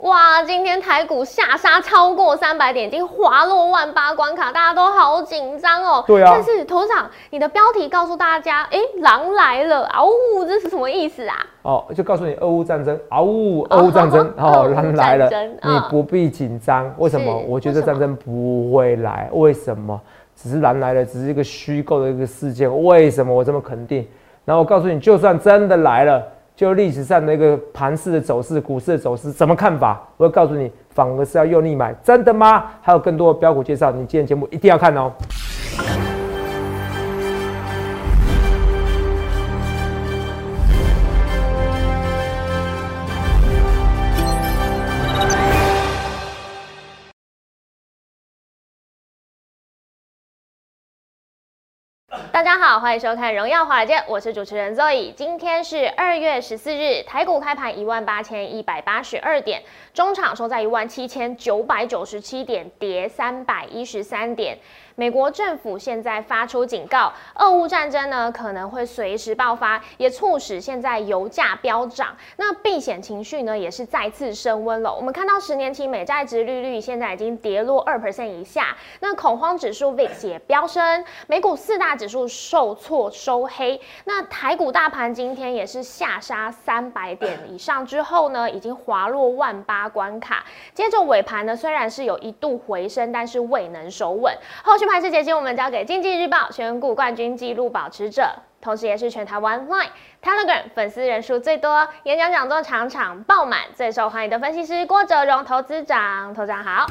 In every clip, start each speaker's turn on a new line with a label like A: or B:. A: 哇，今天台股下杀超过三百点，已经滑落万八关卡，大家都好紧张哦。
B: 对啊
A: 但是头长，你的标题告诉大家，哎、狼来了，嗷呜，这是什么意思啊？
B: 哦，就告诉你俄乌战争，嗷呜，俄乌战争，
A: 哦
B: 哦，狼来
A: 俄乌
B: 了
A: 战争，嗯
B: 你不必紧张。为什么？
A: 是
B: 我觉得
A: 为什么
B: 战争不会来，为什么？只是狼来了，只是一个虚构的一个事件。为什么我这么肯定？然后我告诉你，就算真的来了，就历史上的一个盘势的走势、股市的走势，怎么看法？我会告诉你，反而是要用力买，真的吗？还有更多的标股介绍，你今天节目一定要看哦。
A: 大家好，欢迎收看《荣耀华尔街》，我是主持人 Zoe。今天是二月十四日，台股开盘一万八千一百八十二点，中场收在一万七千九百九十七点，跌三百一十三点。美国政府现在发出警告，俄乌战争呢可能会随时爆发，也促使现在油价飙涨。那避险情绪呢也是再次升温了。我们看到十年期美债值利率现在已经跌落二 percent 以下，那恐慌指数 VIX 也飙升，美股四大指数受挫收黑。那台股大盘今天也是下杀三百点以上之后呢，已经滑落万八关卡。接着尾盘呢，虽然是有一度回升，但是未能守稳。后续盘势解析，我们交给经济日报选股冠军纪录保持者，同时也是全台湾 Line、Telegram 粉丝人数最多、演讲讲座场场爆满、最受欢迎的分析师郭哲荣投资长。投资长好。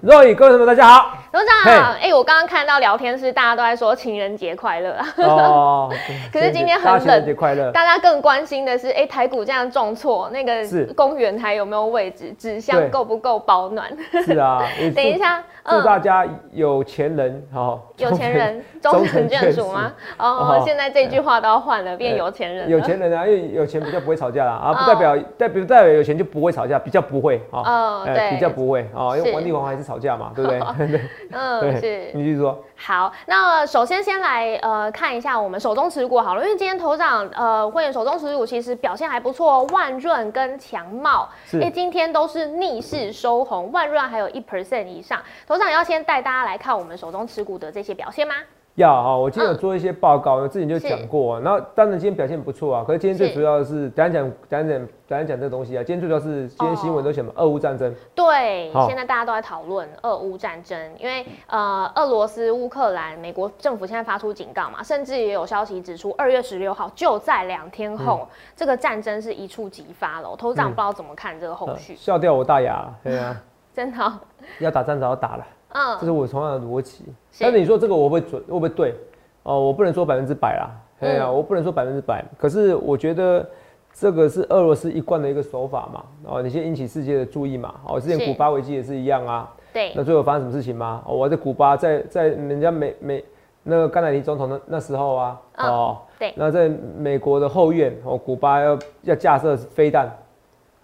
B: 若雨，各位朋友们，大家好。
A: 董事
B: 嘿
A: 长，哎、我刚刚看到聊天室大家都在说情人节快乐 啊，
B: 哦，
A: 可是今天很
B: 大家情人
A: 冷
B: 节 快乐。
A: 大家更关心的是，哎、台股这样重挫，那
B: 是
A: 个公园还有没有位置？纸箱
B: 对
A: 够不够保暖？
B: 是啊，也
A: 等一
B: 祝
A: 下，
B: 祝大家有钱人哦，
A: 嗯有钱人
B: 忠
A: 忠诚
B: 诚眷
A: 眷
B: 属
A: 属吗？
B: 哦
A: 哦，现在这句话都要换了，变
B: 哎
A: 有钱人了。
B: 有钱人啊，因为有钱比较不会吵架啦啊，不
A: 嗯哦
B: 代表代不代表有钱就不会吵架，比较不会啊，
A: 哦
B: 哎
A: 对
B: 比较不会啊，因为
A: 是
B: 王力宏还是吵架嘛，对不 对？对
A: 嗯，
B: 对，
A: 是
B: 你继续说，
A: 好。那首先先来呃看一下我们手中持股好了，因为今天头长呃会员手中持股其实表现还不错哦，万润跟强茂，
B: 是
A: 哎今天都是逆势收红，万润还有一 percent 以上。头长要先带大家来看我们手中持股的这些表现吗？
B: 要啊，我今天有做一些报告，我之前就讲
A: 嗯是
B: 过啊。然后当然今天表现不错啊，可是今天最
A: 是
B: 主要的是，等一下讲等一下讲等一下讲这个东西啊，今天最主要是今天
A: 哦
B: 新闻都写嘛，俄乌战争，
A: 对，
B: 好
A: 现在大家都在讨论俄乌战争，因为呃，俄罗斯、乌克兰，美国政府现在发出警告嘛，甚至也有消息指出，二月十六号就在两天后，这个战争是一触即发了。头长
B: 嗯
A: 不知道怎么看这个后
B: 呃
A: 续，
B: 笑掉我大牙了，对啊，
A: 真的哦、
B: 要打仗早要打了。这
A: 嗯，
B: 是我同样的逻辑。
A: 是
B: 但是你说这个我会不会准，会不会对？哦、我不能说百分之百啦，哎呀、
A: 嗯
B: 我不能说百分之百。可是我觉得这个是俄罗斯一贯的一个手法嘛，哦，你先引起世界的注意嘛。哦，之前
A: 是
B: 古巴危机也是一样啊。
A: 对
B: 那，最后发生什么事情吗？哦，我在古巴，在在人家美美那个甘乃迪总统那那时候啊，
A: 嗯
B: 哦，
A: 对
B: 那在美国的后院，哦，古巴要要架设飞弹，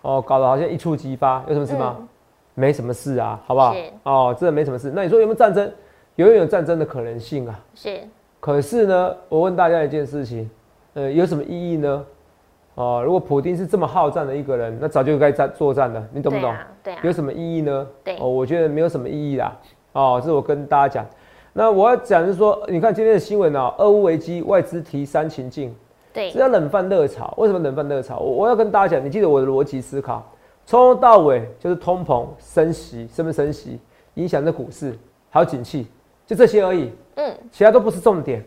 B: 哦，搞得好像一触即发，有什么事吗？
A: 嗯
B: 没什么事啊，好不好
A: 是？
B: 哦，真的没什么事。那你说有没有战争？永远有战争的可能性啊。
A: 是
B: 可是呢，我问大家一件事情，呃，有什么意义呢？哦，如果普丁是这么好战的一个人，那早就该战作战了，你懂不
A: 对
B: 懂？
A: 啊，对啊，
B: 有什么意义呢？
A: 对
B: 哦，我觉得没有什么意义啦。哦，这是我跟大家讲。那我要讲的是说，你看今天的新闻啊，俄乌危机，外资提三情境，
A: 对啊
B: 这，叫冷饭热炒。为什么冷饭热炒？我我要跟大家讲，你记得我的逻辑思考，从头到尾就是通膨、升息，是不是升息影响着股市，还有景气，就这些而已。
A: 嗯，
B: 其他都不是重点。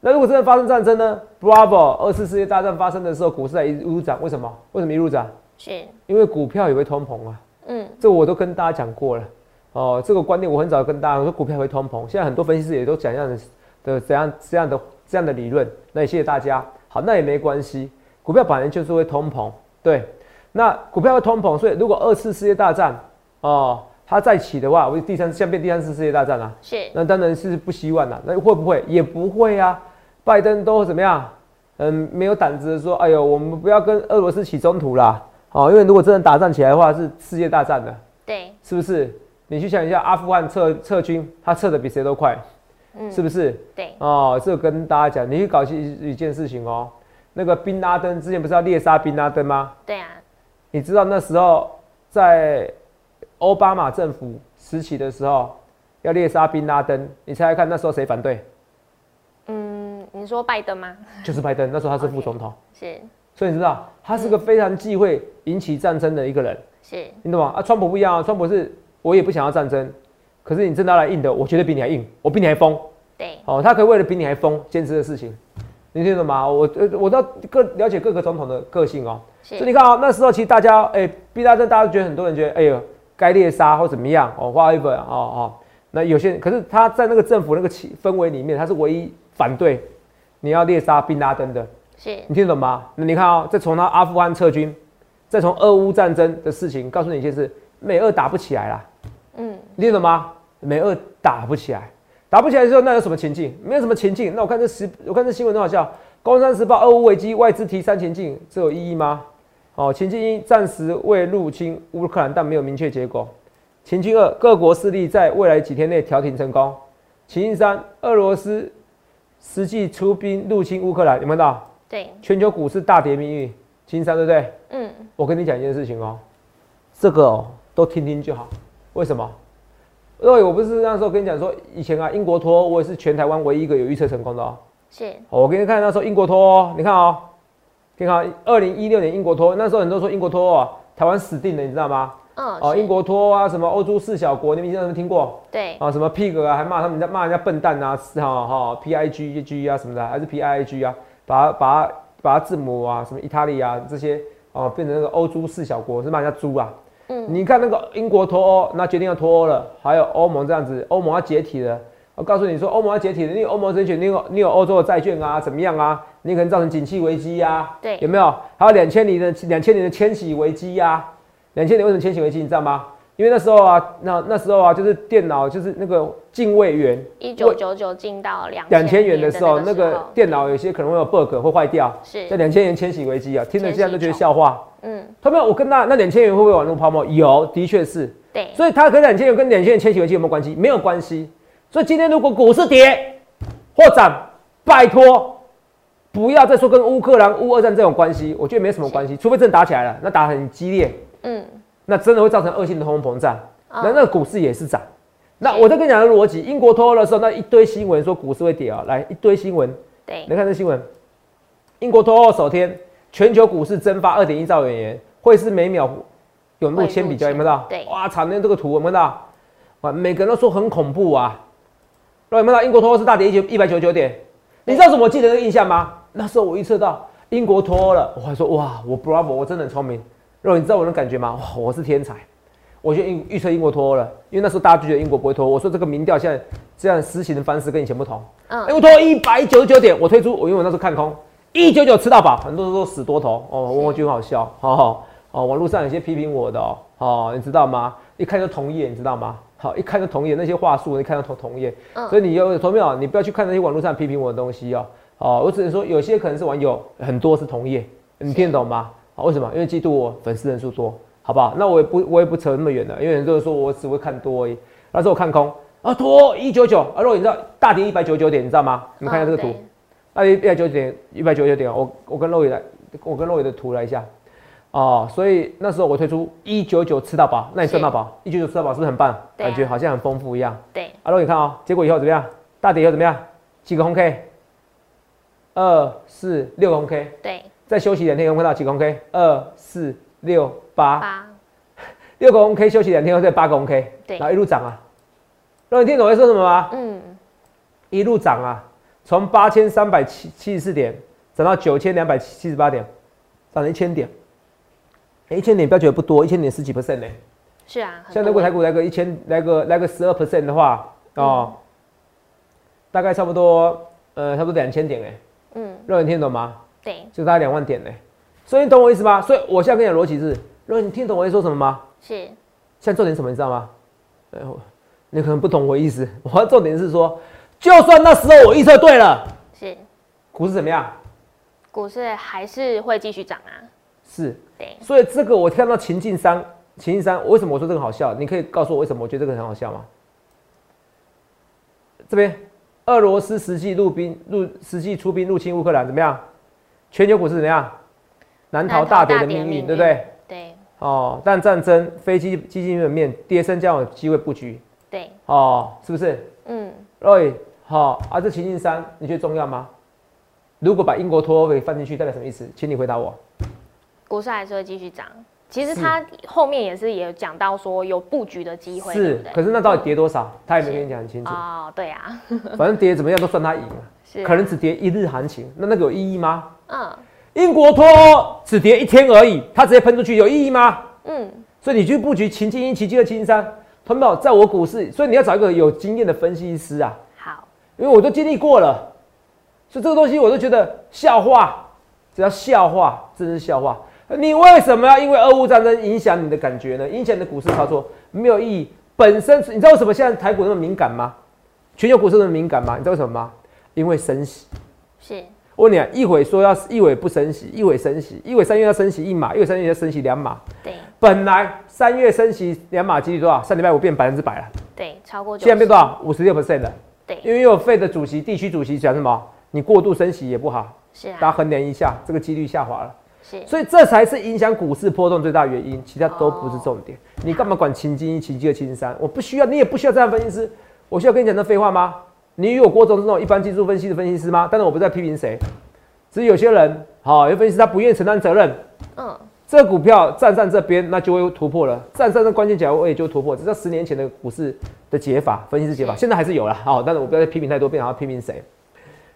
B: 那如果真的发生战争呢？Bravo！二次世界大战发生的时候，股市还一路涨，为什么？为什么一路涨？
A: 是，
B: 因为股票也会通膨啊。
A: 嗯，
B: 这我都跟大家讲过了。哦，这个观念我很早跟大家说，股票会通膨。现在很多分析师也都讲这样的的怎样这样的这样的理论。那也谢谢大家。好，那也没关系，股票本来就是会通膨。对，那股票会通膨，所以如果二次世界大战哦它再起的话，我第三现在变第三次世界大战了、
A: 是，
B: 那当然是不希望啦。那会不会？也不会啊。拜登都怎么样？嗯，没有胆子地说，哎呦，我们不要跟俄罗斯起冲突啦。哦，因为如果真的打仗起来的话，是世界大战的，
A: 对，
B: 是不是？你去想一下，阿富汗撤撤军，他撤的比谁都快，
A: 嗯，
B: 是不是？
A: 对，
B: 哦，这个跟大家讲，你去搞一一件事情哦。那个宾拉登之前不是要猎杀宾拉登吗？
A: 对啊，
B: 你知道那时候在奥巴马政府时期的时候要猎杀宾拉登，你猜猜看那时候谁反对？
A: 嗯，你说拜登吗？
B: 就是拜登，那时候他是副总统
A: 是
B: 所以你知道他是个非常忌讳引起战争的一个人，
A: 是，
B: 你懂吗？啊，川普不一样啊，川普是我也不想要战争，可是你真的要来硬的，我绝对比你还硬，我比你还疯。
A: 对，
B: 哦，他可以为了比你还疯坚持的事情，你听懂吗？我呃我到各了解各个总统的个性哦。所以你
A: 是
B: 看哦，那时候其实大家哎，毕大正大家觉得很多人觉得哎呦该猎杀或怎么样哦，whatever 哦哦。那有些人可是他在那个政府那个气氛围里面，他是唯一反对你要猎杀宾拉登的，
A: 是，
B: 你听懂吗？那你看哦，再从他阿富汗撤军，再从俄乌战争的事情，告诉你一件事：美俄打不起来啦。
A: 嗯，
B: 你听懂吗？美俄打不起来，打不起来之后，那有什么情境？没有什么情境。那我看这十，我看这新闻很好笑，《工商时报》俄乌危机外资提三情境，这有意义吗？哦，情境一暂时未入侵乌克兰，但没有明确结果。情境二各国势力在未来几天内调停成功。情境三俄罗斯实际出兵入侵乌克兰，有没有看到？
A: 对，
B: 全球股市大跌命运。情境三对不对？
A: 嗯，
B: 我跟你讲一件事情哦，这个哦都听听就好。为什么？因为我不是那时候跟你讲说，以前啊英国脱欧，我也是全台湾唯一一个有预测成功的哦。
A: 是，
B: 哦我给你看那时候英国脱欧，你看哦，你看哦二零一六年英国脱欧，那时候很多人说英国脱欧啊，台湾死定了，你知道吗？
A: 嗯，
B: 哦，
A: 是
B: 英，国脱欧啊，什么欧洲四小国，你们以前有没有听过？
A: 对，
B: 啊，什么 pig 啊，还骂他们家骂人家笨蛋啊，是哈哈 p i g g 啊什么的，还是 p i g 啊，把它把它把它字母啊，什么意大利啊这些啊，变成那个欧洲四小国，是骂人家猪啊。
A: 嗯，
B: 你看那个英国脱欧，那决定要脱欧了，还有欧盟这样子，欧盟要解体了。我告诉你说，欧盟要解体了，你有欧盟债券，你有你有欧洲的债券啊，怎么样啊？你可能造成景气危机啊，
A: 对
B: 有没有？还有两千年的两千年的千禧危机呀、啊，两千年为什么千禧危机？你知道吗？因为那时候啊，那那时候啊，就是电脑就是那个近卫员
A: 一九九九进到两
B: 两千元的
A: 时
B: 时候，那个电脑有些可能会有 bug 会坏掉，在
A: 是，
B: 两千年千禧危机啊，听了现在都觉得笑话。
A: 嗯，
B: 他们我跟那那两千元会不会网络泡沫？有，的确是。
A: 对，
B: 所以它跟两千元跟两千元千禧危机有没有关系？没有关系。所以今天如果股市跌或涨，拜托不要再说跟乌克兰、乌二战这种关系，我觉得没什么关系，除非真的打起来了，那打得很激烈，
A: 嗯，
B: 那真的会造成恶性的通货膨胀，
A: 哦
B: 那那个股市也是涨。那我在跟你讲的逻辑，英国脱欧的时候，那一堆新闻说股市会跌啊、来一堆新闻，
A: 对，
B: 你看这新闻，英国脱欧首天，全球股市蒸发二点一兆美元，汇市每秒涌入千笔交易，
A: 汇入千
B: 有没有到？
A: 对
B: 哇，场面这个图有没有到？哇，每个人都说很恐怖啊。那有没有到英国脱欧是大跌一九一百九十九点？你知道什么？我记得那个印象吗？那时候我预测到英国脱欧了，我还说哇，我 bravo，我真的很聪明。肉，你知道我的感觉吗？哇，我是天才。我就预预测英国脱欧了，因为那时候大家就觉得英国不会脱欧。我说这个民调现在这样实行的方式跟以前不同，
A: 嗯
B: 哎，我拖一百九十九点，我推出，我因为我那时候看空一九九吃到饱，很多人都说死多头哦，
A: 是
B: 我我觉得很好笑，好、好哦，网络上有些批评我的哦，哦，你知道吗？一看就同业，你知道吗？好，一看就同业，那些话术一看就同同业，
A: 嗯
B: 所以你有同没有？你不要去看那些网络上批评我的东西哦，哦，我只能说有些可能是网友，很多是同业，你听得懂吗？好，为什么？因为嫉妒我粉丝人数多，好不好？那我也不我也不扯那么远了，因为很多人说我只会看多而已，那时候我看空啊，多一九九啊，如果你知道大跌一百九十九点，你知道吗？你们看一下这个图，
A: 嗯
B: 那一百九十点，一百九十九点哦，我我跟肉爷来，我跟肉爷的图来一下，哦，所以那时候我推出一九九吃到饱，那你赚到饱，一九九吃到饱是不是很棒？
A: 对啊
B: 感觉好像很丰富一样。
A: 对，
B: 阿肉你看哦，结果以后怎么样？大跌以后怎么样？几个红 K？二四六个红 K，
A: 对，对，
B: 再休息两天，有没有看到几个红 K？二四六八，
A: 八，
B: 六个红 K 休息两天后再八个红 K，
A: 对
B: 然后一路涨啊。肉你听懂我在说什么吗？
A: 嗯，
B: 一路涨啊，从八千三百七七十四点涨到九千两百七十八点，涨了一千点。哎一千点不要觉得不多，一千点十几 percent 呢。
A: 是啊，很
B: 像如
A: 多
B: 果台股来个一千，来个来个十二 percent 的话，
A: 嗯
B: 哦，大概差不多，呃，差不多两千点哎，
A: 嗯，
B: 肉眼听得懂吗？
A: 对，
B: 就大概两万点呢。所以你懂我意思吗？所以我现在跟你讲逻辑是，肉眼你听懂我在说什么吗？
A: 是，
B: 现在重点是什么，你知道吗？哎，我你可能不懂我意思，我要重点是说，就算那时候我预测对了，
A: 是，
B: 股市怎么样？
A: 股市还是会继续涨啊，
B: 是，
A: 对，
B: 所以这个我看到情境三，情境三，为什么我说这个好笑？你可以告诉我为什么我觉得这个很好笑吗？这边，俄罗斯实际入兵入实际出兵入侵乌克兰怎么样？全球股市怎么样？难逃大跌的命运，对不对？
A: 对，
B: 哦，但战争、非基基金面面跌升将有机会布局
A: 对，
B: 哦，是不是？
A: 嗯，
B: 哎，好、啊，这情境三你觉得重要吗？如果把英国脱欧给放进去，代表什么意思？请你回答我。
A: 股市还是会继续涨。其实它后面也是也有讲到说有布局的机会，对
B: 是
A: 不，对
B: 可是那到底跌多少，他也没跟你讲很清楚。
A: 哦，对啊，
B: 反正跌怎么样都算他赢了，
A: 是
B: 可能只跌一日行情，那那个有意义吗？
A: 嗯
B: 英国脱欧只跌一天而已，它直接喷出去有意义吗？
A: 嗯，
B: 所以你去布局情境一、情境二、情境三，同没有？在我股市，所以你要找一个有经验的分析师啊，
A: 好，
B: 因为我都经历过了，所以这个东西我都觉得笑话，只要笑话，真是笑话。你为什么要因为俄乌战争影响你的感觉呢？影响你的股市操作没有意义。本身你知道为什么现在台股那么敏感吗？全球股市那么敏感吗？你知道为什么吗？因为升息。
A: 是
B: 我问你、啊，一会说要一会不升息，一会升息，一会三月要升息一码，一会三月要升息两码。
A: 对
B: 本来三月升息两码几率多少？上礼拜五变百分之百了，
A: 对，超过
B: 现在变
A: 90
B: 多少？五十六 percent 了。因
A: 对，
B: 为有费的主席、地区主席讲什么？你过度升息也不好，
A: 是
B: 大家
A: 啊，
B: 衡量一下，这个几率下滑了。
A: 是
B: 所以这才是影响股市波动最大原因，其他都不是重点。你干嘛管情境一、情境二、情境三？我不需要，你也不需要这样分析师。我需要跟你讲这废话吗？你有郭总这种一般技术分析的分析师吗？当然我不是在批评谁，只是有些人，好、有些分析师他不愿意承担责任。
A: 嗯，
B: 这股票站上这边，那就会突破了。站上这关键角位就突破，这是十年前的股市的解法，分析师解法，现在还是有了。好、但是我不要再批评太多遍，然后批评谁？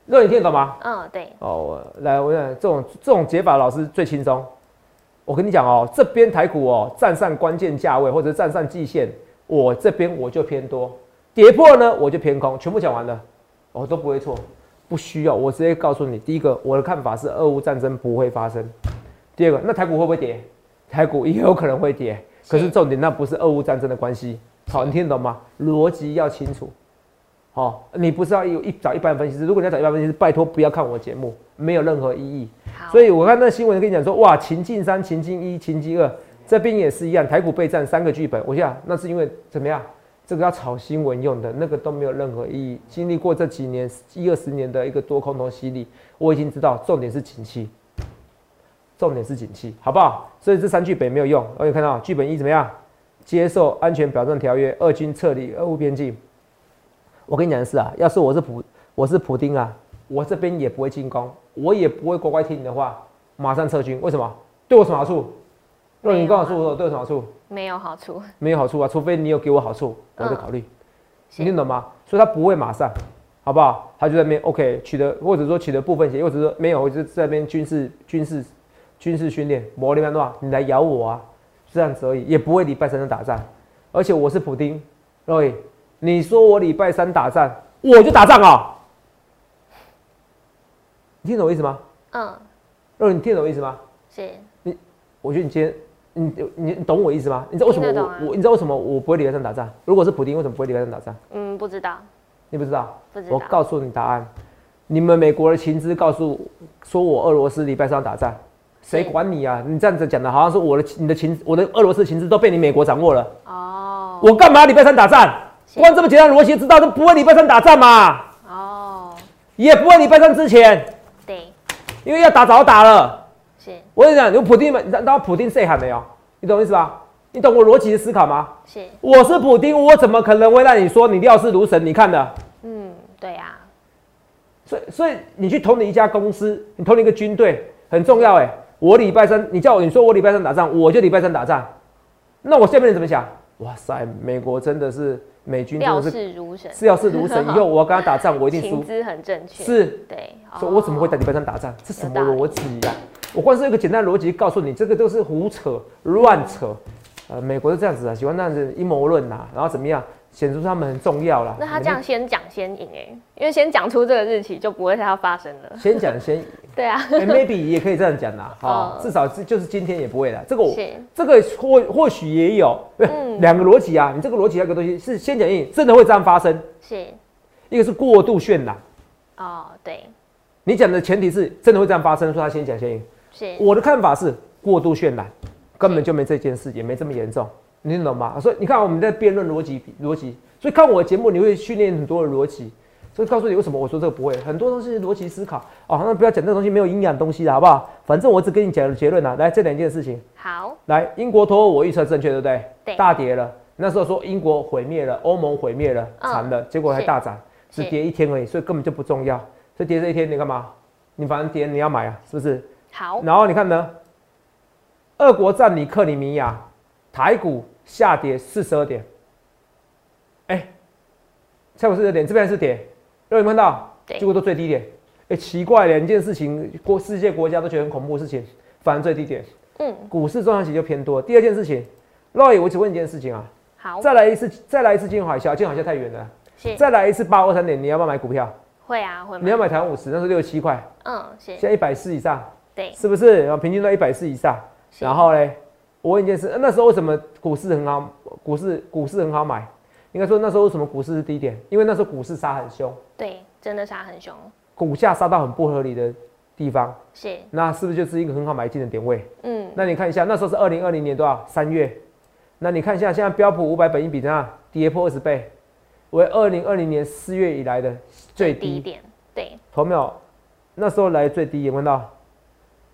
B: 肉你听得懂吗？
A: 嗯，对，
B: 哦，我来，我想这种这种解法老师最轻松。我跟你讲哦，这边台股哦站上关键价位或者站上季线，我这边我就偏多，跌破呢我就偏空，全部讲完了，我、都不会错，不需要，我直接告诉你，第一个我的看法是俄乌战争不会发生，第二个那台股会不会跌？台股也有可能会跌，可是
A: 是
B: 重点那不是俄乌战争的关系，好，你听得懂吗？逻辑要清楚。哦，你不是要有一找一般分析师，如果你要找一般分析师，拜托不要看我节目，没有任何意义。
A: 好，
B: 所以我看那新闻跟你讲说，哇，秦晋三、秦晋一、秦晋二，这边也是一样，台股备战三个剧本。我想那是因为怎么样？这个要炒新闻用的，那个都没有任何意义。经历过这几年一二十年的一个多空头洗礼，我已经知道重点是景气，重点是景气，好不好？所以这三剧本没有用。而且看到剧本一怎么样？接受安全保障条约，俄军撤离俄乌边境。我跟你讲的是啊，要是我是普我是普丁啊，我这边也不会进攻，我也不会乖乖听你的话，马上撤军。为什么？对我什么好处？若你跟我说，我对我什么好处？
A: 没有好处，
B: 没有好处啊，除非你有给我好处，我再
A: 嗯
B: 考虑。
A: 是
B: 你听懂吗？所以他不会马上，好不好？他就在那边 OK 取得，或者说取得部分协议，或者说没有，我就在那边军事军事军事训练。摩利曼诺，你来咬我啊，这样子而已，也不会礼拜三的打仗。而且我是普丁，各位，你说我礼拜三打仗，我就打仗啊、你听懂我意思吗？
A: 嗯，
B: 肉，你听懂我意思吗？
A: 是
B: 我觉得你今天，你你你懂我意思吗？你知道为什么
A: 听得
B: 我、
A: 懂啊
B: 我你知道为什么我不会礼拜三打仗？如果是普丁，为什么不会礼拜三打仗？
A: 嗯，不知道，
B: 你不知道？
A: 不知道
B: 我告诉你答案。你们美国的情资告诉说我俄罗斯礼拜三要打仗，谁
A: 是
B: 管你啊？你这样子讲的，好像是我的你的情我的俄罗斯情资都被你美国掌握了，
A: 哦
B: 我干嘛礼拜三打仗？
A: 是
B: 光这么简单的逻辑知道都不会礼拜三打仗嘛，
A: 哦，
B: 也不会礼拜三之前，
A: 对，
B: 因为要打早打了。
A: 是
B: 我跟你讲，有普丁，你知道普丁谁喊没有？你懂我意思吧？你懂我逻辑的思考吗？
A: 是，
B: 我是普丁，我怎么可能会让你说你料事如神？你看的，
A: 嗯，对啊，
B: 所以所以你去统领一家公司，你统领一个军队很重要哎。我礼拜三，你叫我你说我礼拜三打仗，我就礼拜三打仗。那我下面人怎么想？哇塞，美国真的是美军真
A: 料
B: 的是
A: 事如神，
B: 是要 是如神，以后我要跟他打仗，我一定
A: 情
B: 输。
A: 资很正确，，
B: 是，
A: 对，
B: 所以我怎么会
A: 打？
B: 在礼拜三打仗？这什么
A: 有道理
B: 逻辑呀？我光是一个简单的逻辑告诉你，这个都是胡扯、乱扯。呃，美国是这样子啊，喜欢那样子阴谋论呐，然后怎么样，显出他们很重要啦。
A: 那他这样先讲先赢哎、因为先讲出这个日期就不会它发生了。
B: 先讲先
A: 对啊，
B: 哎 maybe 也可以这样讲 啦，好，
A: 嗯
B: 至少是就是今天也不会啦。这个我
A: 是嗯
B: 这个或或许也有，不是两个逻辑啊。你这个逻辑还有一个东西是先讲硬，真的会这样发生；
A: 是
B: 一个是过度渲染。
A: 哦，对，
B: 你讲的前提是真的会这样发生，说他先讲先硬。
A: 是
B: 我的看法是过度渲染，根本就没这件事，也没这么严重，你听懂吗？所以你看我们在辩论逻辑逻辑，所以看我的节目你会训练很多的逻辑。所以告诉你为什么我说这个不会，很多东西是逻辑思考哦。那不要讲这个东西没有营养的东西了，好不好？反正我只跟你讲结论啊。来，这两件事情，
A: 好，
B: 来，英国脱欧我预测正确，对不对？
A: 对
B: 大跌了。那时候说英国毁灭了，欧盟毁灭了，
A: 嗯
B: 惨了，结果还
A: 是
B: 大涨，只
A: 是
B: 跌一天而已，所以根本就不重要。所以跌这一天你干嘛？你反正跌你要买啊，是不是？
A: 好，
B: 然后你看呢，俄国占领克里米亚，台股下跌四十二点。哎、下午四十点，这边还是跌，有没有看到？
A: 对
B: 结果都最低点。哎、奇怪了，一件事情，国世界国家都觉得很恐怖的事情，反而最低点，
A: 嗯，
B: 股市中长期就偏多。第二件事情，老爷，我只问你一件事情啊，
A: 好，
B: 再来一次，再来一次金融海啸，金融海啸太远了，
A: 是
B: 再来一次八二三点，你要不要买股票？
A: 会啊，会
B: 你
A: 吗？
B: 要买台湾五十，那时候六十七块，
A: 嗯，是
B: 现在一百四以上。
A: 对，
B: 是不是？然后平均到一百四以上。
A: 是
B: 然后嘞，我问一件事，呃那时候为什么股市很好？股市股市很好买？应该说那时候为什么股市是低点？因为那时候股市杀很凶，
A: 对，真的杀很凶，
B: 股价杀到很不合理的地方，
A: 是，
B: 那是不是就是一个很好买进的点位？
A: 嗯，
B: 那你看一下，那时候是二零二零年多少？三月。那你看一下，现在标普五百本益比怎样？跌破二十倍，为二零二零年四月以来的最低。
A: 点，对，
B: 投秒那时候来最低，有没有看到？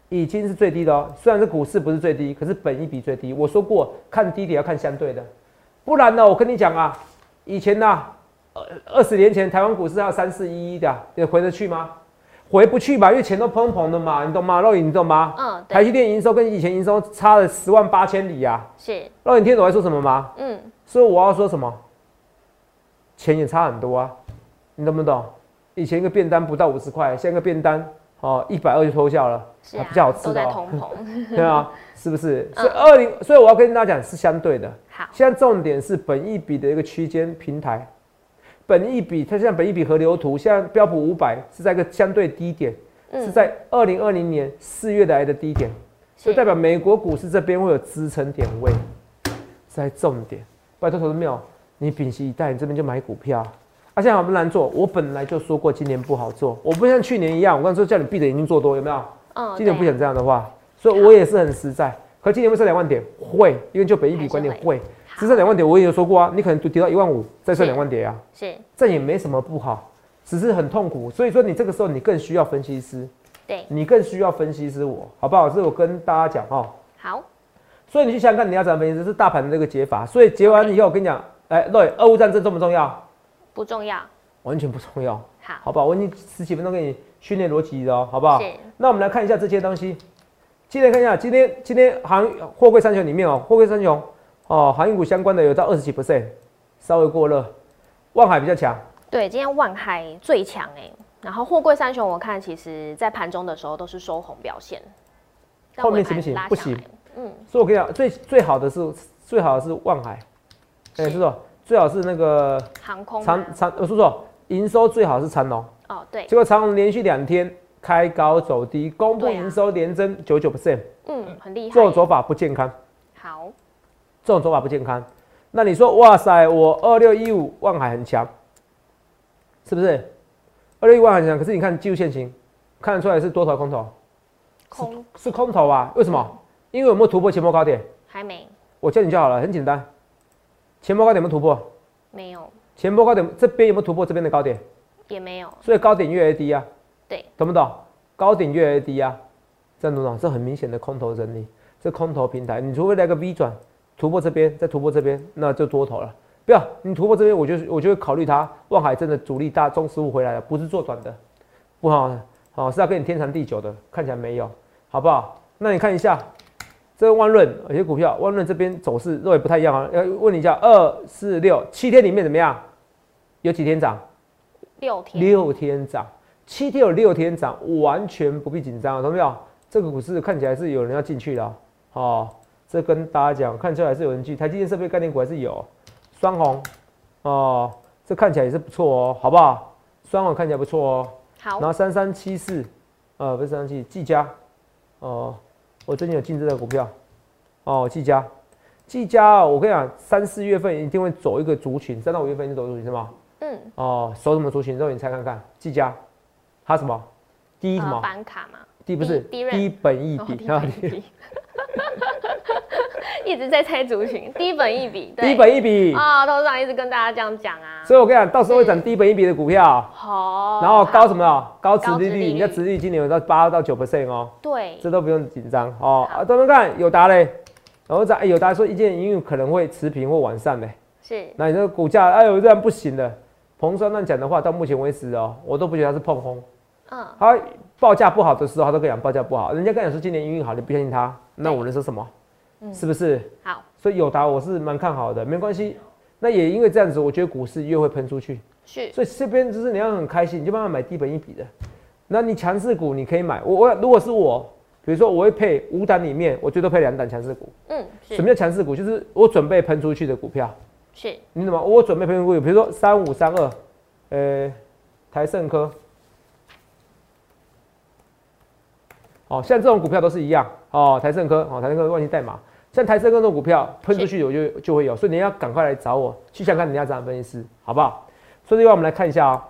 B: 已经是最低的哦。虽然是股市不是最低，可是本一比最低。我说过，看低点要看相对的，不然呢，我跟你讲啊，以前呢、二二十年前台湾股市还有三四一一的啊，你回得去吗？回不去吧，因为钱都砰砰的嘛，你懂吗？肉眼你懂吗？
A: 嗯，
B: 台
A: 对，
B: 积电营收跟以前营收差了十万八千里啊！
A: 是，
B: 肉眼听懂我在说什么吗？
A: 嗯，
B: 所以我要说什么？钱也差很多啊，你懂不懂？以前一个便当不到五十块，现在一个便当哦一百二就偷笑了，
A: 是
B: 啊
A: 啊
B: 比较好，吃
A: 都
B: 的
A: 在
B: 哦、
A: 通膨，
B: 对啊，是不是？
A: 嗯
B: 所以二零、所以我要跟大家讲是相对的。
A: 好，
B: 现在重点是本益比的一个区间平台，本益比它像本益比河流图，现在标普五百是在一个相对低点，是
A: 嗯，
B: 在二零二零年四月来的低点。所以代表美国股市这边会有支撑点位，在重点。拜托投资朋友，你屏息以待，你这边就买股票。啊，现在我们难做，我本来就说过今年不好做，我不像去年一样，我刚才说叫你闭着眼睛做多，有没有？
A: 嗯，
B: 今年不
A: 对啊
B: 想这样的话，所以我也是很实在。可今年会剩两万点，会，因为就本一
A: 还
B: 笔
A: 是
B: 观点
A: 会
B: 会，只剩两万点，我也有说过啊，你可能就跌到一万五，再剩
A: 是
B: 两万点啊，
A: 是，
B: 这也没什么不好，只是很痛苦。所以说你这个时候你更需要分析师，
A: 对，
B: 你更需要分析师我，好不好？这是我跟大家讲哦。
A: 好，
B: 所以你去想想看，你要怎么分析，这是大盘的这个解法。所以解完以后，我跟你讲，哎，对，俄乌战争重不重要？
A: 不重要，
B: 完全不重要，
A: 好，
B: 好不好？我已经十几分钟给你训练逻辑的哦，好不好
A: 是？
B: 那我们来看一下这些东西。今天看一下，今天今天航货柜三雄里面哦，货柜三雄哦，航运股相关的有到二十几 percent，稍微过热。万海比较强，
A: 对，今天万海最强哎、然后货柜三雄我看其实在盘中的时候都是收红表现，但
B: 后面
A: 尾盘
B: 行不行
A: 拉
B: 不
A: 下来
B: 行，
A: 嗯，
B: 所以我跟你讲，最最好的是最好的是万海，哎、
A: 是
B: 叔叔最好是那个
A: 航空吗
B: 长长，呃叔叔营收最好是长隆。
A: 哦对，
B: 结果长隆连续两天开高走低，公布
A: 对啊
B: 营收连增九九 percent，
A: 嗯，很厉
B: 这
A: 害
B: 种
A: 欸，
B: 走法不健康，
A: 好，
B: 这种走法不健康。那你说，哇塞，我二六一五万海很强，是不是？二六一万海很强，可是你看技术线型，看得出来是多头还是空头，
A: 空
B: 是空头啊？为什
A: 嗯
B: 么？因为有没有突破前波高点？
A: 还没
B: 我教你就好了，很简单。前波高点有没有突破？
A: 没有
B: 前波高点这边有没有突破这边的高点？
A: 也没有，
B: 所以高点越来越低啊。
A: 对，
B: 懂不懂？高点越来越低啊，这样懂不懂？这很明显的空头整理，这空头平台，你除非来个 V 转突破这边，再突破这边，那就多头了。不要你突破这边，我就我就会考虑它。望海真的主力大中十五回来了，不是做短的，不好好、是要跟你天长地久的，看起来没有，好不好？那你看一下这个万润有些股票，万润这边走势肉也不太一样啊。要问你一下，二四六七天里面怎么样？有几天涨？
A: 六天
B: 六天涨，七天有六天涨，完全不必紧张啊，懂没有？这个股市看起来是有人要进去的哦哦，这跟大家讲，看出来是有人去，台积电设备概念股还是有，双红哦，这看起来也是不错哦，好不好？双红看起来不错哦，
A: 好
B: 然后三三七四，呃，不是三三七，技嘉，哦、我最近有进这个股票，哦，技嘉，技嘉哦，我跟你讲，三四月份一定会走一个族群，三到五月份就走族群是吗？
A: 嗯，
B: 哦，手什么族群？肉你猜看看，技嘉，它什么？低什
A: 呃
B: 么？
A: 板卡嘛，
B: 低不是
A: 低低润
B: 低本益
A: 哦
B: 比，
A: 低
B: 然后
A: 润比 一直在猜族 群，低本一比，对
B: 低本一比，
A: 啊，董事长一直跟大家这样讲啊。
B: 所以我跟你讲，到时候会涨低本一比的股票，
A: 哦好，
B: 然后高什么？高殖
A: 高
B: 利
A: 殖利
B: 率，
A: 率
B: 你的殖利率今年有到八到九 percent 哦，
A: 对，
B: 这都不用紧张哦。
A: 好
B: 啊，等等看友达嘞，然后在哎友达说一件营运可能会持平或完善嘞，
A: 是
B: 那你这个股价哎呦这样不行的。彭双乱讲的话，到目前为止哦，我都不觉得它是碰轰。
A: 嗯，
B: 他报价不好的时候，他都跟你讲报价不好，人家跟你说今年营运好，你不相信他，那我能说什么？是不是？
A: 好，
B: 所以友达我是蛮看好的，没关系。那也因为这样子，我觉得股市越会喷出去。
A: 是
B: 所以这边就是你要很开心，你就慢慢买低本一笔的。那你强势股你可以买，我我如果是我，比如说我会配五档里面，我最多配两档强势股。
A: 嗯，
B: 什么
A: 是
B: 叫强势股？就是我准备喷出去的股票。
A: 是，
B: 你怎么？我准备配股，比如说三五三二，呃，台盛科，哦，像这种股票都是一样哦，台盛科，哦，台盛科忘记代码，像台盛科这种股票喷出去有就就会有，所以你要赶快来找我去想看人家怎样分析师，好不好？所以另外我们来看一下哦。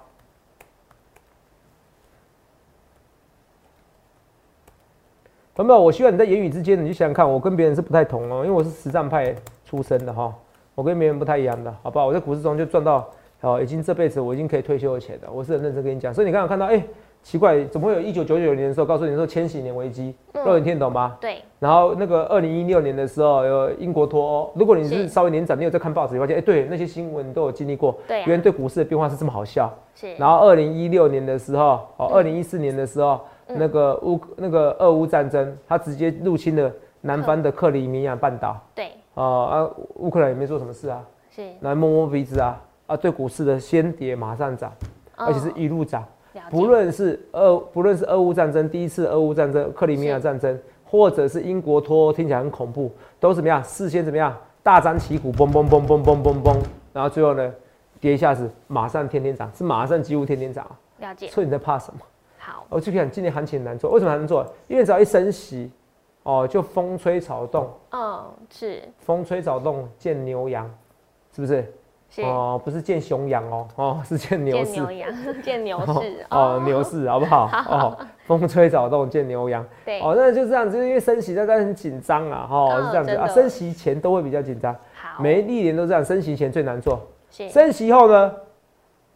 B: 朋友们，我希望你在言语之间，你去想想看，我跟别人是不太同哦，因为我是实战派出身的哈、我跟别人不太一样的，好不好？我在股市中就赚到，哦，已经这辈子我已经可以退休的钱了。我是很认真跟你讲，所以你刚刚看到，哎、奇怪，怎么会有一九九九年的时候告诉你说千禧年危机？
A: 嗯
B: 肉眼听得懂吗？
A: 对，
B: 然后那个二零一六年的时候，有英国脱欧。如果你
A: 是
B: 是稍微年长，你有在看报纸，你发现，哎、对，那些新闻都有经历过。
A: 对啊
B: 原来对股市的变化是这么好笑。
A: 是，
B: 然后二零一六年的时候，哦，
A: 嗯
B: 二零一四年的时候，那个乌那个俄乌战争，它直接入侵了南
A: 嗯
B: 方的克里米亚半岛。
A: 对，
B: 啊、啊，乌克兰也没做什么事啊，
A: 是，
B: 来摸摸鼻子啊啊，对股市的先跌马上涨，而且是
A: 嗯
B: 一路涨。
A: 了解
B: 不论是俄不论是俄乌战争，第一次俄乌战争、克里米亚
A: 是
B: 战争，或者是英国脱欧，听起来很恐怖，都怎么样？事先怎么样？大张旗鼓，嘣嘣嘣嘣嘣嘣嘣，然后最后呢，跌一下子，马上天天涨，是马上几乎天天涨啊。
A: 了解，
B: 所以你在怕什么？哦
A: 好，
B: 我就想今年行情很难做，为什么很难做？因为只要一升息，哦，就风吹草动，
A: 嗯，是
B: 风吹草动见牛羊，是不是？
A: 是，
B: 哦，不是见熊羊哦，哦， 是见牛
A: 见
B: 市
A: 牛。羊，见牛市，
B: 哦，牛市好 不好？哦，风吹草动见牛羊。
A: 对，
B: 哦，那就这样，就是因为升息大家很紧张啊，哈、哦，
A: 嗯
B: 是这样子
A: 真的
B: 啊，升息前都会比较紧张，
A: 好，
B: 每一年都这样，升息前最难做，
A: 是，
B: 升息后呢？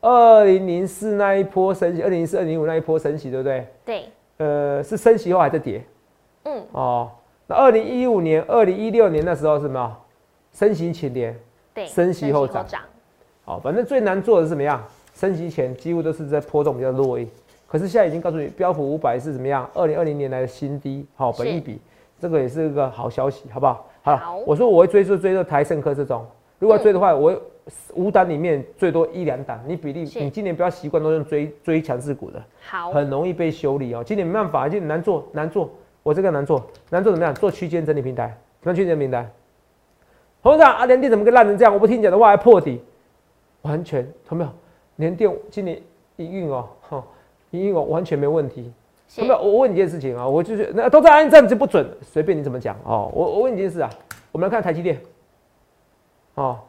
B: 二零零四那一波升息，二零零四、二零零五那一波升息，对不对？
A: 对，
B: 呃，是升息后还在跌
A: 嗯，
B: 哦。那二零一五年、二零一六年那时候是什么？升息前跌，
A: 对，
B: 升息后涨
A: 涨，
B: 好，反正最难做的是怎么样？升息前几乎都是在波动比较弱一，可是现在已经告诉你，标普五百是怎么样？二零二零年来的新低，好、
A: 是
B: 本一比，这个也是一个好消息，好不好？好了
A: 好，嗯
B: 我说我会追就追到台盛科这种，如果要追的话，我会五档里面最多一两档，你比例
A: 是
B: 你今年不要习惯都用追追强势股的，
A: 好，
B: 很容易被修理哦。今年没办法，今年难做难做，我这个难做难做怎么样？做区间整理平台，什么区间整理平台？董事长啊，联电怎么个烂成这样？我不听你讲的话还破底，完全有没有？联电今年营运哦，哈、营运哦完全没问题。
A: 是
B: 有没有？我问你一件事情啊，我就是那都在按这样子不准，随便你怎么讲哦。我我问你一件事啊，我们来看台积电，哦，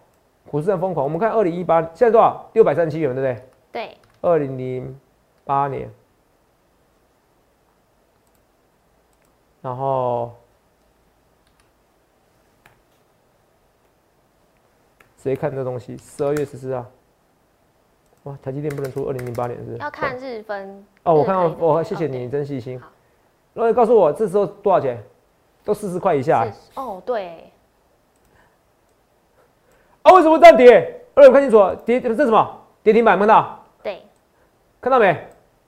B: 股市很疯狂。我们看二零一八，现在多少？六百三十七元，对不对？
A: 对，
B: 二零零八年，然后谁看这东西？十二月十四号，哇，台积电不能出二零零八年是不是？
A: 要看日分，
B: 哦，我
A: 日
B: 看
A: 分
B: 到，
A: 一
B: 我
A: 分
B: 谢谢
A: 哦对
B: 你，真细心
A: 好。
B: 然后你告诉我这时候多少钱？都四十块以下
A: 是哦，对，
B: 啊？为什么这样跌？二位看清楚，跌这是什么？跌停板有没有看到？
A: 对，
B: 看到没？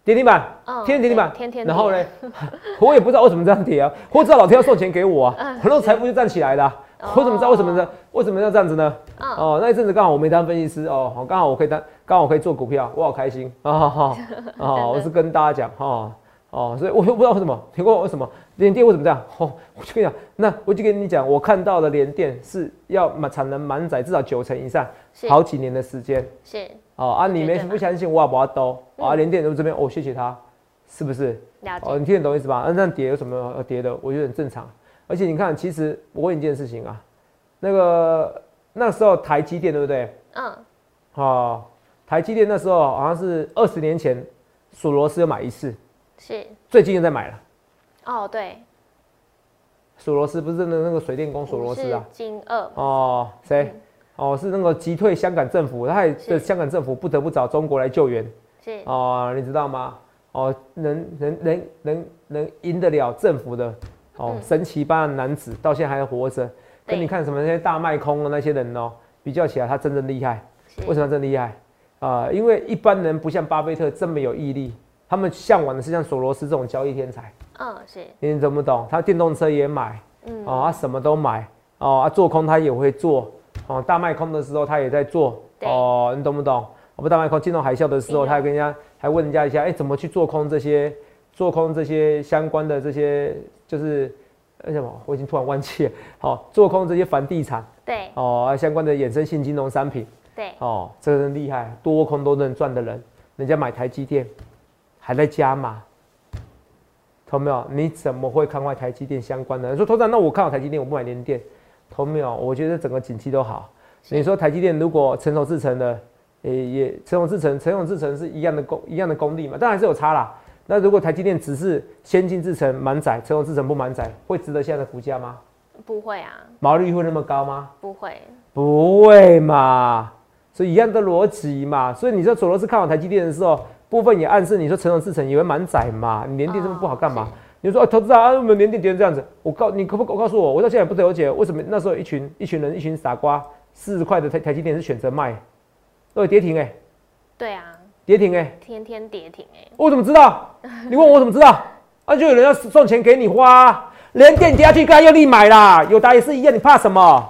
B: 跌停板，
A: 嗯
B: 天天跌停板，
A: 对天天
B: 然后呢
A: 跌，
B: 我也不知道为什么这样跌啊，我知道老天要送钱给我啊，很多财富就站起来了啊、
A: 嗯哦
B: 我怎么知道为什么呢？为什么要这样子呢？
A: 嗯
B: 哦，那一阵子刚好我没当分析师哦，好刚好我可以当，刚好我可以做股票，我好 开心啊！哦哦哦，我是跟大家讲哈哦所以我又不知道为什么，你问我为什么联电为什么这样？哦，我就跟你讲，那我就跟你讲，我看到的联电是要满产能满载至少九成以上，
A: 是
B: 好几年的时间。
A: 是
B: 哦啊，
A: 绝
B: 你没
A: 对嘛
B: 不相信我也把它兜啊，
A: 嗯啊
B: 连电都这边哦，谢谢他，是不是？
A: 了
B: 哦，
A: 解，
B: 你听得懂意思吧？那这样跌有什么要跌的？我觉得很正常。而且你看，其实我问你一件事情啊，那个那时候台积电对不对？
A: 嗯，
B: 哦，台积电那时候好像是二十年前，索罗斯有买一次，
A: 是，
B: 最近又在买了。
A: 哦，对，
B: 索罗斯不是那个那个水电工索罗斯啊
A: 不，是金二，
B: 哦，谁？哦，是那个击退香港政府，他也
A: 嗯是
B: 香港政府不得不找中国来救援
A: 是
B: 哦，你知道吗？哦，能能能能能赢得了政府的哦，
A: 嗯
B: 神奇般的男子到现在还活着，跟
A: 对
B: 你看什么那些大卖空的那些人哦，比较起来，他真正厉害。
A: 是
B: 为什么他真厉害？啊、因为一般人不像巴菲特这么有毅力，他们向往的是像索罗斯这种交易天才。
A: 嗯是
B: 你懂不懂？他电动车也买，
A: 嗯
B: 哦，他什么都买，哦，啊，做空他也会做，哦，大卖空的时候他也在做，
A: 对
B: 哦，你懂不懂？我们大卖空金融海啸的时候，
A: 嗯
B: 他还跟人家还问人家一下，哎、怎么去做空这些，做空这些相关的这些，就是呃什么？我已经突然忘记了，好、做空这些房地产，
A: 对
B: 哦，啊相关的衍生性金融商品，
A: 对
B: 哦，这个人厉害，多空都能赚的人，人家买台积电还在加码，投没有？你怎么会看坏台积电相关的？你说头长，那我看好台积电，我不买联电，投没有？我觉得整个景气都好。
A: 是
B: 你说台积电如果成熟制成的，也也成熟制成，成熟制成是一样的功一样的功力嘛，当然还是有差啦。那如果台积电只是先进制成满载，成熟制成不满载，会值得现在的股价吗？
A: 不会啊
B: 毛利率会那么高吗？
A: 不会
B: 不会嘛，所以一样的逻辑嘛。所以你说索罗斯看好台积电的时候，部分也暗示你说成长制程也会满载嘛。你连电这么不好干嘛？
A: 哦
B: 你就说、啊、投资啊，我们连电跌成这样子，我告你可不可我告诉我，我到现在也不了解为什么那时候一群一群人一群傻瓜四十块的台台积电是选择卖，对，跌停哎、
A: 对啊
B: 跌停哎、
A: 天天跌停哎
B: 我怎么知道？你问我怎么知道？啊，就有人要送钱给你花、啊连电跌下去，该用力买啦。友达也是一样，你怕什么？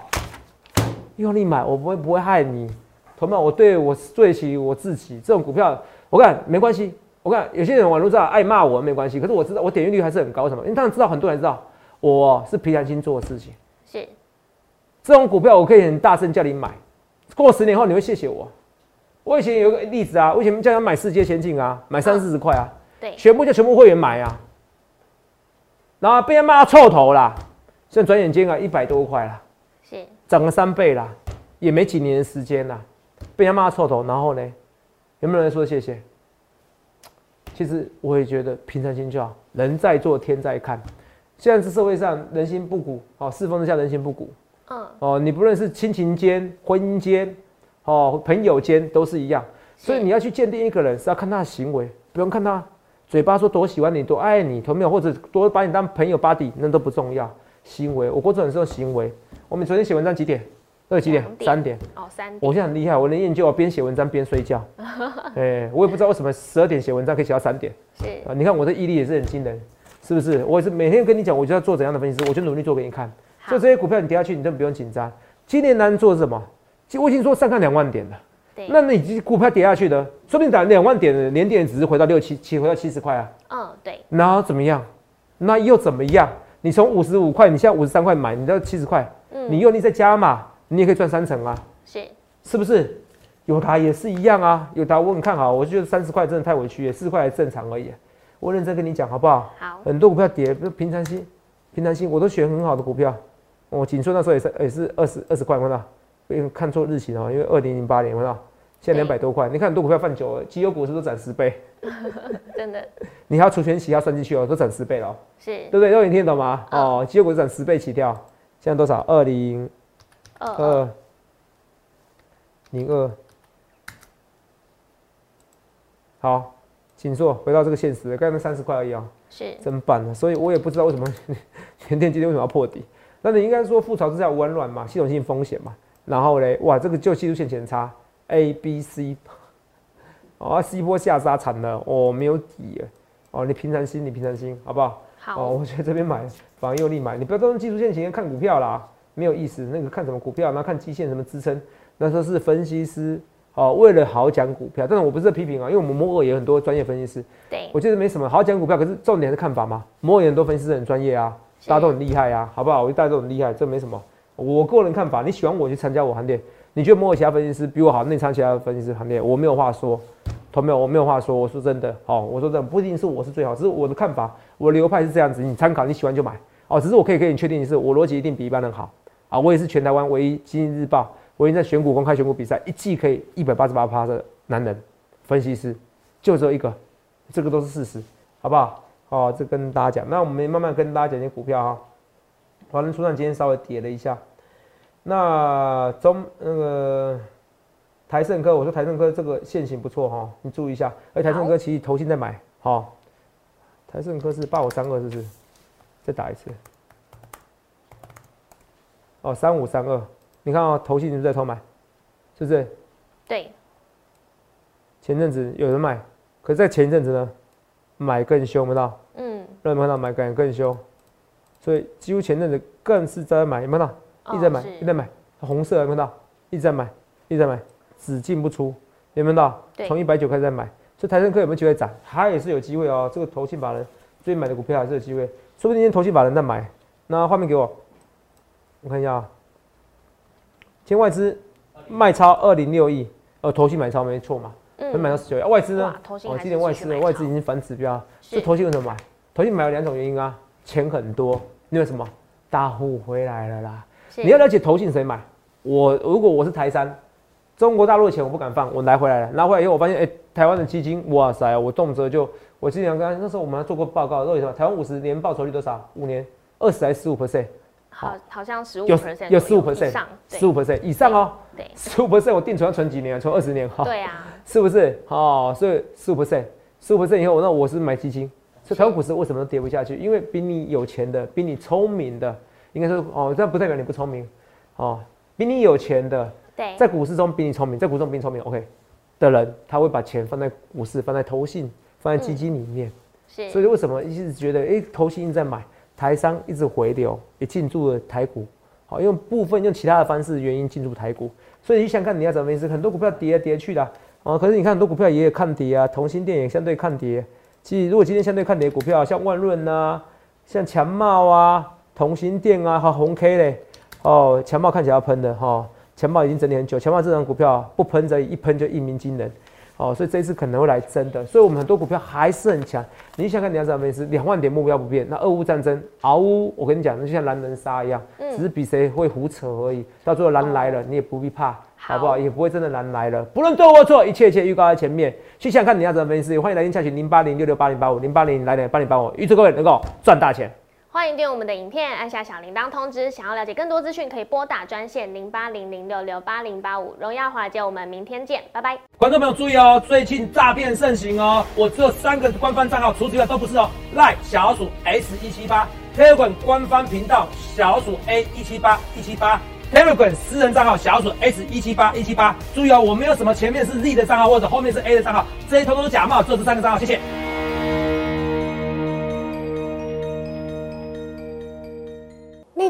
B: 用力买，我不会不会害你，同们，我对我对得起我自己。这种股票，我看没关系。我看有些人网络上爱骂我没关系，可是我知道我点阅率还是很高，为什么？因为他们知道很多人知道我是凭良心做的事情。
A: 是
B: 这种股票我可以很大声叫你买，过十年后你会谢谢我。我以前有一个例子啊，我以前叫他买世界先进啊，买三四十块啊，
A: 对
B: 全部叫全部会员买啊，然后被人骂到臭头啦。现在转眼间啊，一百多块啦，
A: 是
B: 涨了三倍啦，也没几年的时间啦，被人家骂到臭头，然后呢，有没有人说谢谢？其实我也觉得平常心就好，人在做天在看。现在这社会上人心不古，哦，世风之下人心不古，
A: 嗯
B: 哦，你不论是亲情间、婚姻间，哦，朋友间都是一样。所以
A: 是
B: 你要去鉴定一个人，是要看他的行为，不用看他嘴巴说多喜欢你、多爱你，有没有，或者多把你当朋友、巴底，那都不重要。行为，我过重点是用行为。我们昨天写文章几点？二几点
A: 两？点
B: 三点。
A: 哦三
B: 我
A: 点
B: 现在很厉害，我能研究，我边写文章边 睡觉。哎、我也不知道为什么十二点写文章可以写到三点
A: 是
B: 啊！你看我的毅力也是很惊人，是不是？我也是每天跟你讲，我就要做怎样的分析师，我就努力做给你看。
A: 好
B: 所以这些股票你跌下去，你真的不用紧张。今年难做是什么？其实我已经说上看两万点了，
A: 对
B: 那你股票跌下去的，说不定打两万点的年点只是回到六七七，回到七十块啊，
A: 嗯对
B: 然后怎么样？那又怎么样？你从五十五块，你现在五十三块买，你到七十块，
A: 嗯
B: 你用力再加嘛，你也可以赚三成啊，
A: 是
B: 是不是？友达也是一样啊，友达我很看好，我就觉得三十块真的太委屈了，四十块还正常而已。啊我认真跟你讲好不好？
A: 好
B: 很多股票跌，不是平常心，平常心，我都选很好的股票。我锦硕那时候也是也是二十二十块，有没有看到？我有看错日期了，因为二零零八年，有没有看到？现在两
A: 对
B: 百多块，你看很多股票放久了，绩优股是不是都涨十倍？
A: 真的
B: 你还要除权息，还要算进去哦，都涨十倍了哦，
A: 是
B: 对不对？都你听得懂吗？哦，绩优股涨十倍起跳，现在多少？二零
A: 二二
B: 二零二。好，锦硕回到这个现实，刚才三十块而已哦。
A: 是
B: 真棒啊！所以我也不知道为什么 联电今天为什么要破底。那你应该说覆巢之下无完卵嘛，系统性风险嘛。然后嘞，哇，这个就技术线前差 A、B、C，哦啊，C 波下杀惨了，哦，没有底了，哦，你平常心，你平常心，好不好？哦，
A: 好
B: 我觉得这边买反而用力买，你不要都用技术线前看股票啦，没有意思。那个看什么股票，然后看基线什么支撑，那时候是分析师哦，为了好讲股票。但是我不是在批评啊，因为我们摩尔也有很多专业分析师，
A: 对
B: 我觉得没什么好讲股票，可是重点是看法嘛。摩尔很多分析师很专业啊，
A: 是
B: 大家都很厉害啊，好不好？我觉得大家都很厉害，这没什么。我个人看法，你喜欢我去参加我行列，你觉得摩尔其他分析师比我好，那你参加其他分析师行列，我没有话说，同没有，我没有话说。我说真的，哦，我说真的，不一定是我是最好，只是我的看法，我的流派是这样子，你参考，你喜欢就买。哦，只是我可以给你确定的是，我逻辑一定比一般人好啊。我也是全台湾唯一《经济日报》唯一在选股公开选股比赛一季可以一百八十八趴的男人分析师，就只有一个。这个都是事实，好不好？哦，这跟大家讲，那我们慢慢跟大家讲一些股票哈、华人初上今天稍微跌了一下。那中那个、台盛科，我说台盛科这个线型不错哈、你注意一下。而台盛科其实投信在买，好、台盛科是八五三二是不是？再打一次。哦，三五三二，你看哦，投信是不是在偷买？是不是？
A: 对，
B: 前阵子有人买，可是在前一阵子呢，买更凶，有没有看到？
A: 嗯，
B: 让你们看到买感更凶，所以几乎前阵子更是在买，有没有看到？一直在买，
A: 哦
B: 一直在买，红色有没有看到？一直在买，一直在买，只进不出，有没有看到？
A: 对
B: 从一百九开始在买，所以台盛科有没有机会涨？它也是有机会哦。这个投信法人最近买的股票还是有机会，说不定今天投信法人在买。那画面给我，我看一下啊，今天外资卖超二零六亿，呃，投信买超没错嘛，
A: 嗯
B: 会买到十九亿。啊外资呢
A: 哇？投信
B: 哦，
A: 还
B: 今
A: 是
B: 年外
A: 继续
B: 资呢
A: 买
B: 外
A: 超
B: 资已经反指标了。
A: 是
B: 这投信为什么买？投信买有两种原因啊，钱很多，另外什么大户回来了啦。
A: 是
B: 你要了解投信谁买。我如果我是台山，中国大陆的钱我不敢放，我拿回来了，拿回来以后我发现，哎、台湾的基金，哇塞，我动辄就，我之前刚那时候我们还做过报告，到底什么？台湾五十年报酬率多少？五年二十还是十五 percent？
A: 好，好像十五
B: 有
A: percent
B: 有十五 percent
A: 以上，对
B: 十五 percent 以上哦，
A: 对
B: 十五 percent 我定存要存几年啊？存二十年哈。
A: 对啊，
B: 是不是？哦，所以十五 percent，十五 percent 以后，那我是买基金。所以台湾股市为什么都跌不下去？因为比你有钱的，比你聪明的，应该说哦，这不代表你不聪明，哦，比你有钱的，
A: 对，
B: 在股市中比你聪明，在股市中比你聪明，OK 的人，他会把钱放在股市、放在投信、放在基金里面。
A: 是
B: 所以为什么一直觉得，哎、投信一直在买，台商一直回流，也进驻了台股，好，用部分用其他的方式原因进驻台股，所以你想看你要怎么意思？很多股票跌来跌去的啊、哦可是你看很多股票也有看跌啊，同心电也相对看跌。其实如果今天相对看跌的股票，像万润啊，像强茂啊、同心电啊，和红 K 嘞，哦，强茂看起来要喷的哈、哦，强茂已经整理很久，强茂这张股票不喷则已一喷就一鸣惊人。哦，所以这一次可能会来真的，所以我们很多股票还是很强。你想看你要怎么意思？两万点目标不变，那俄乌战争，嗷呜！我跟你讲，那就像狼人杀一样，
A: 嗯
B: 只是比谁会胡扯而已。到最后狼来了，你也不必怕，好不好？也不会真的狼来了。不论对或错，一切一切预告在前面。去想看你要怎么意思？欢迎来电洽询零八零六六八零八五零八零来点八零八五，预祝各位能够赚大钱。
A: 欢迎订阅我们的影片，按下小铃铛通知。想要了解更多资讯，可以拨打专线零八零零六六八零八五。荣耀华尔街，我们明天见，拜拜。
B: 观众朋友注意哦，最近诈骗盛行哦，我只有三个官方账号，除此之外都不是哦。赖小老鼠 S 一七八，Telegram 官方频道小老鼠 A 一七八一七八，Telegram 私人账号小老鼠 S 一七八一七八。注意哦，我没有什么前面是 Z 的账号或者后面是 A 的账号，这些通通都假冒，只有这三个账号，谢谢。
C: 立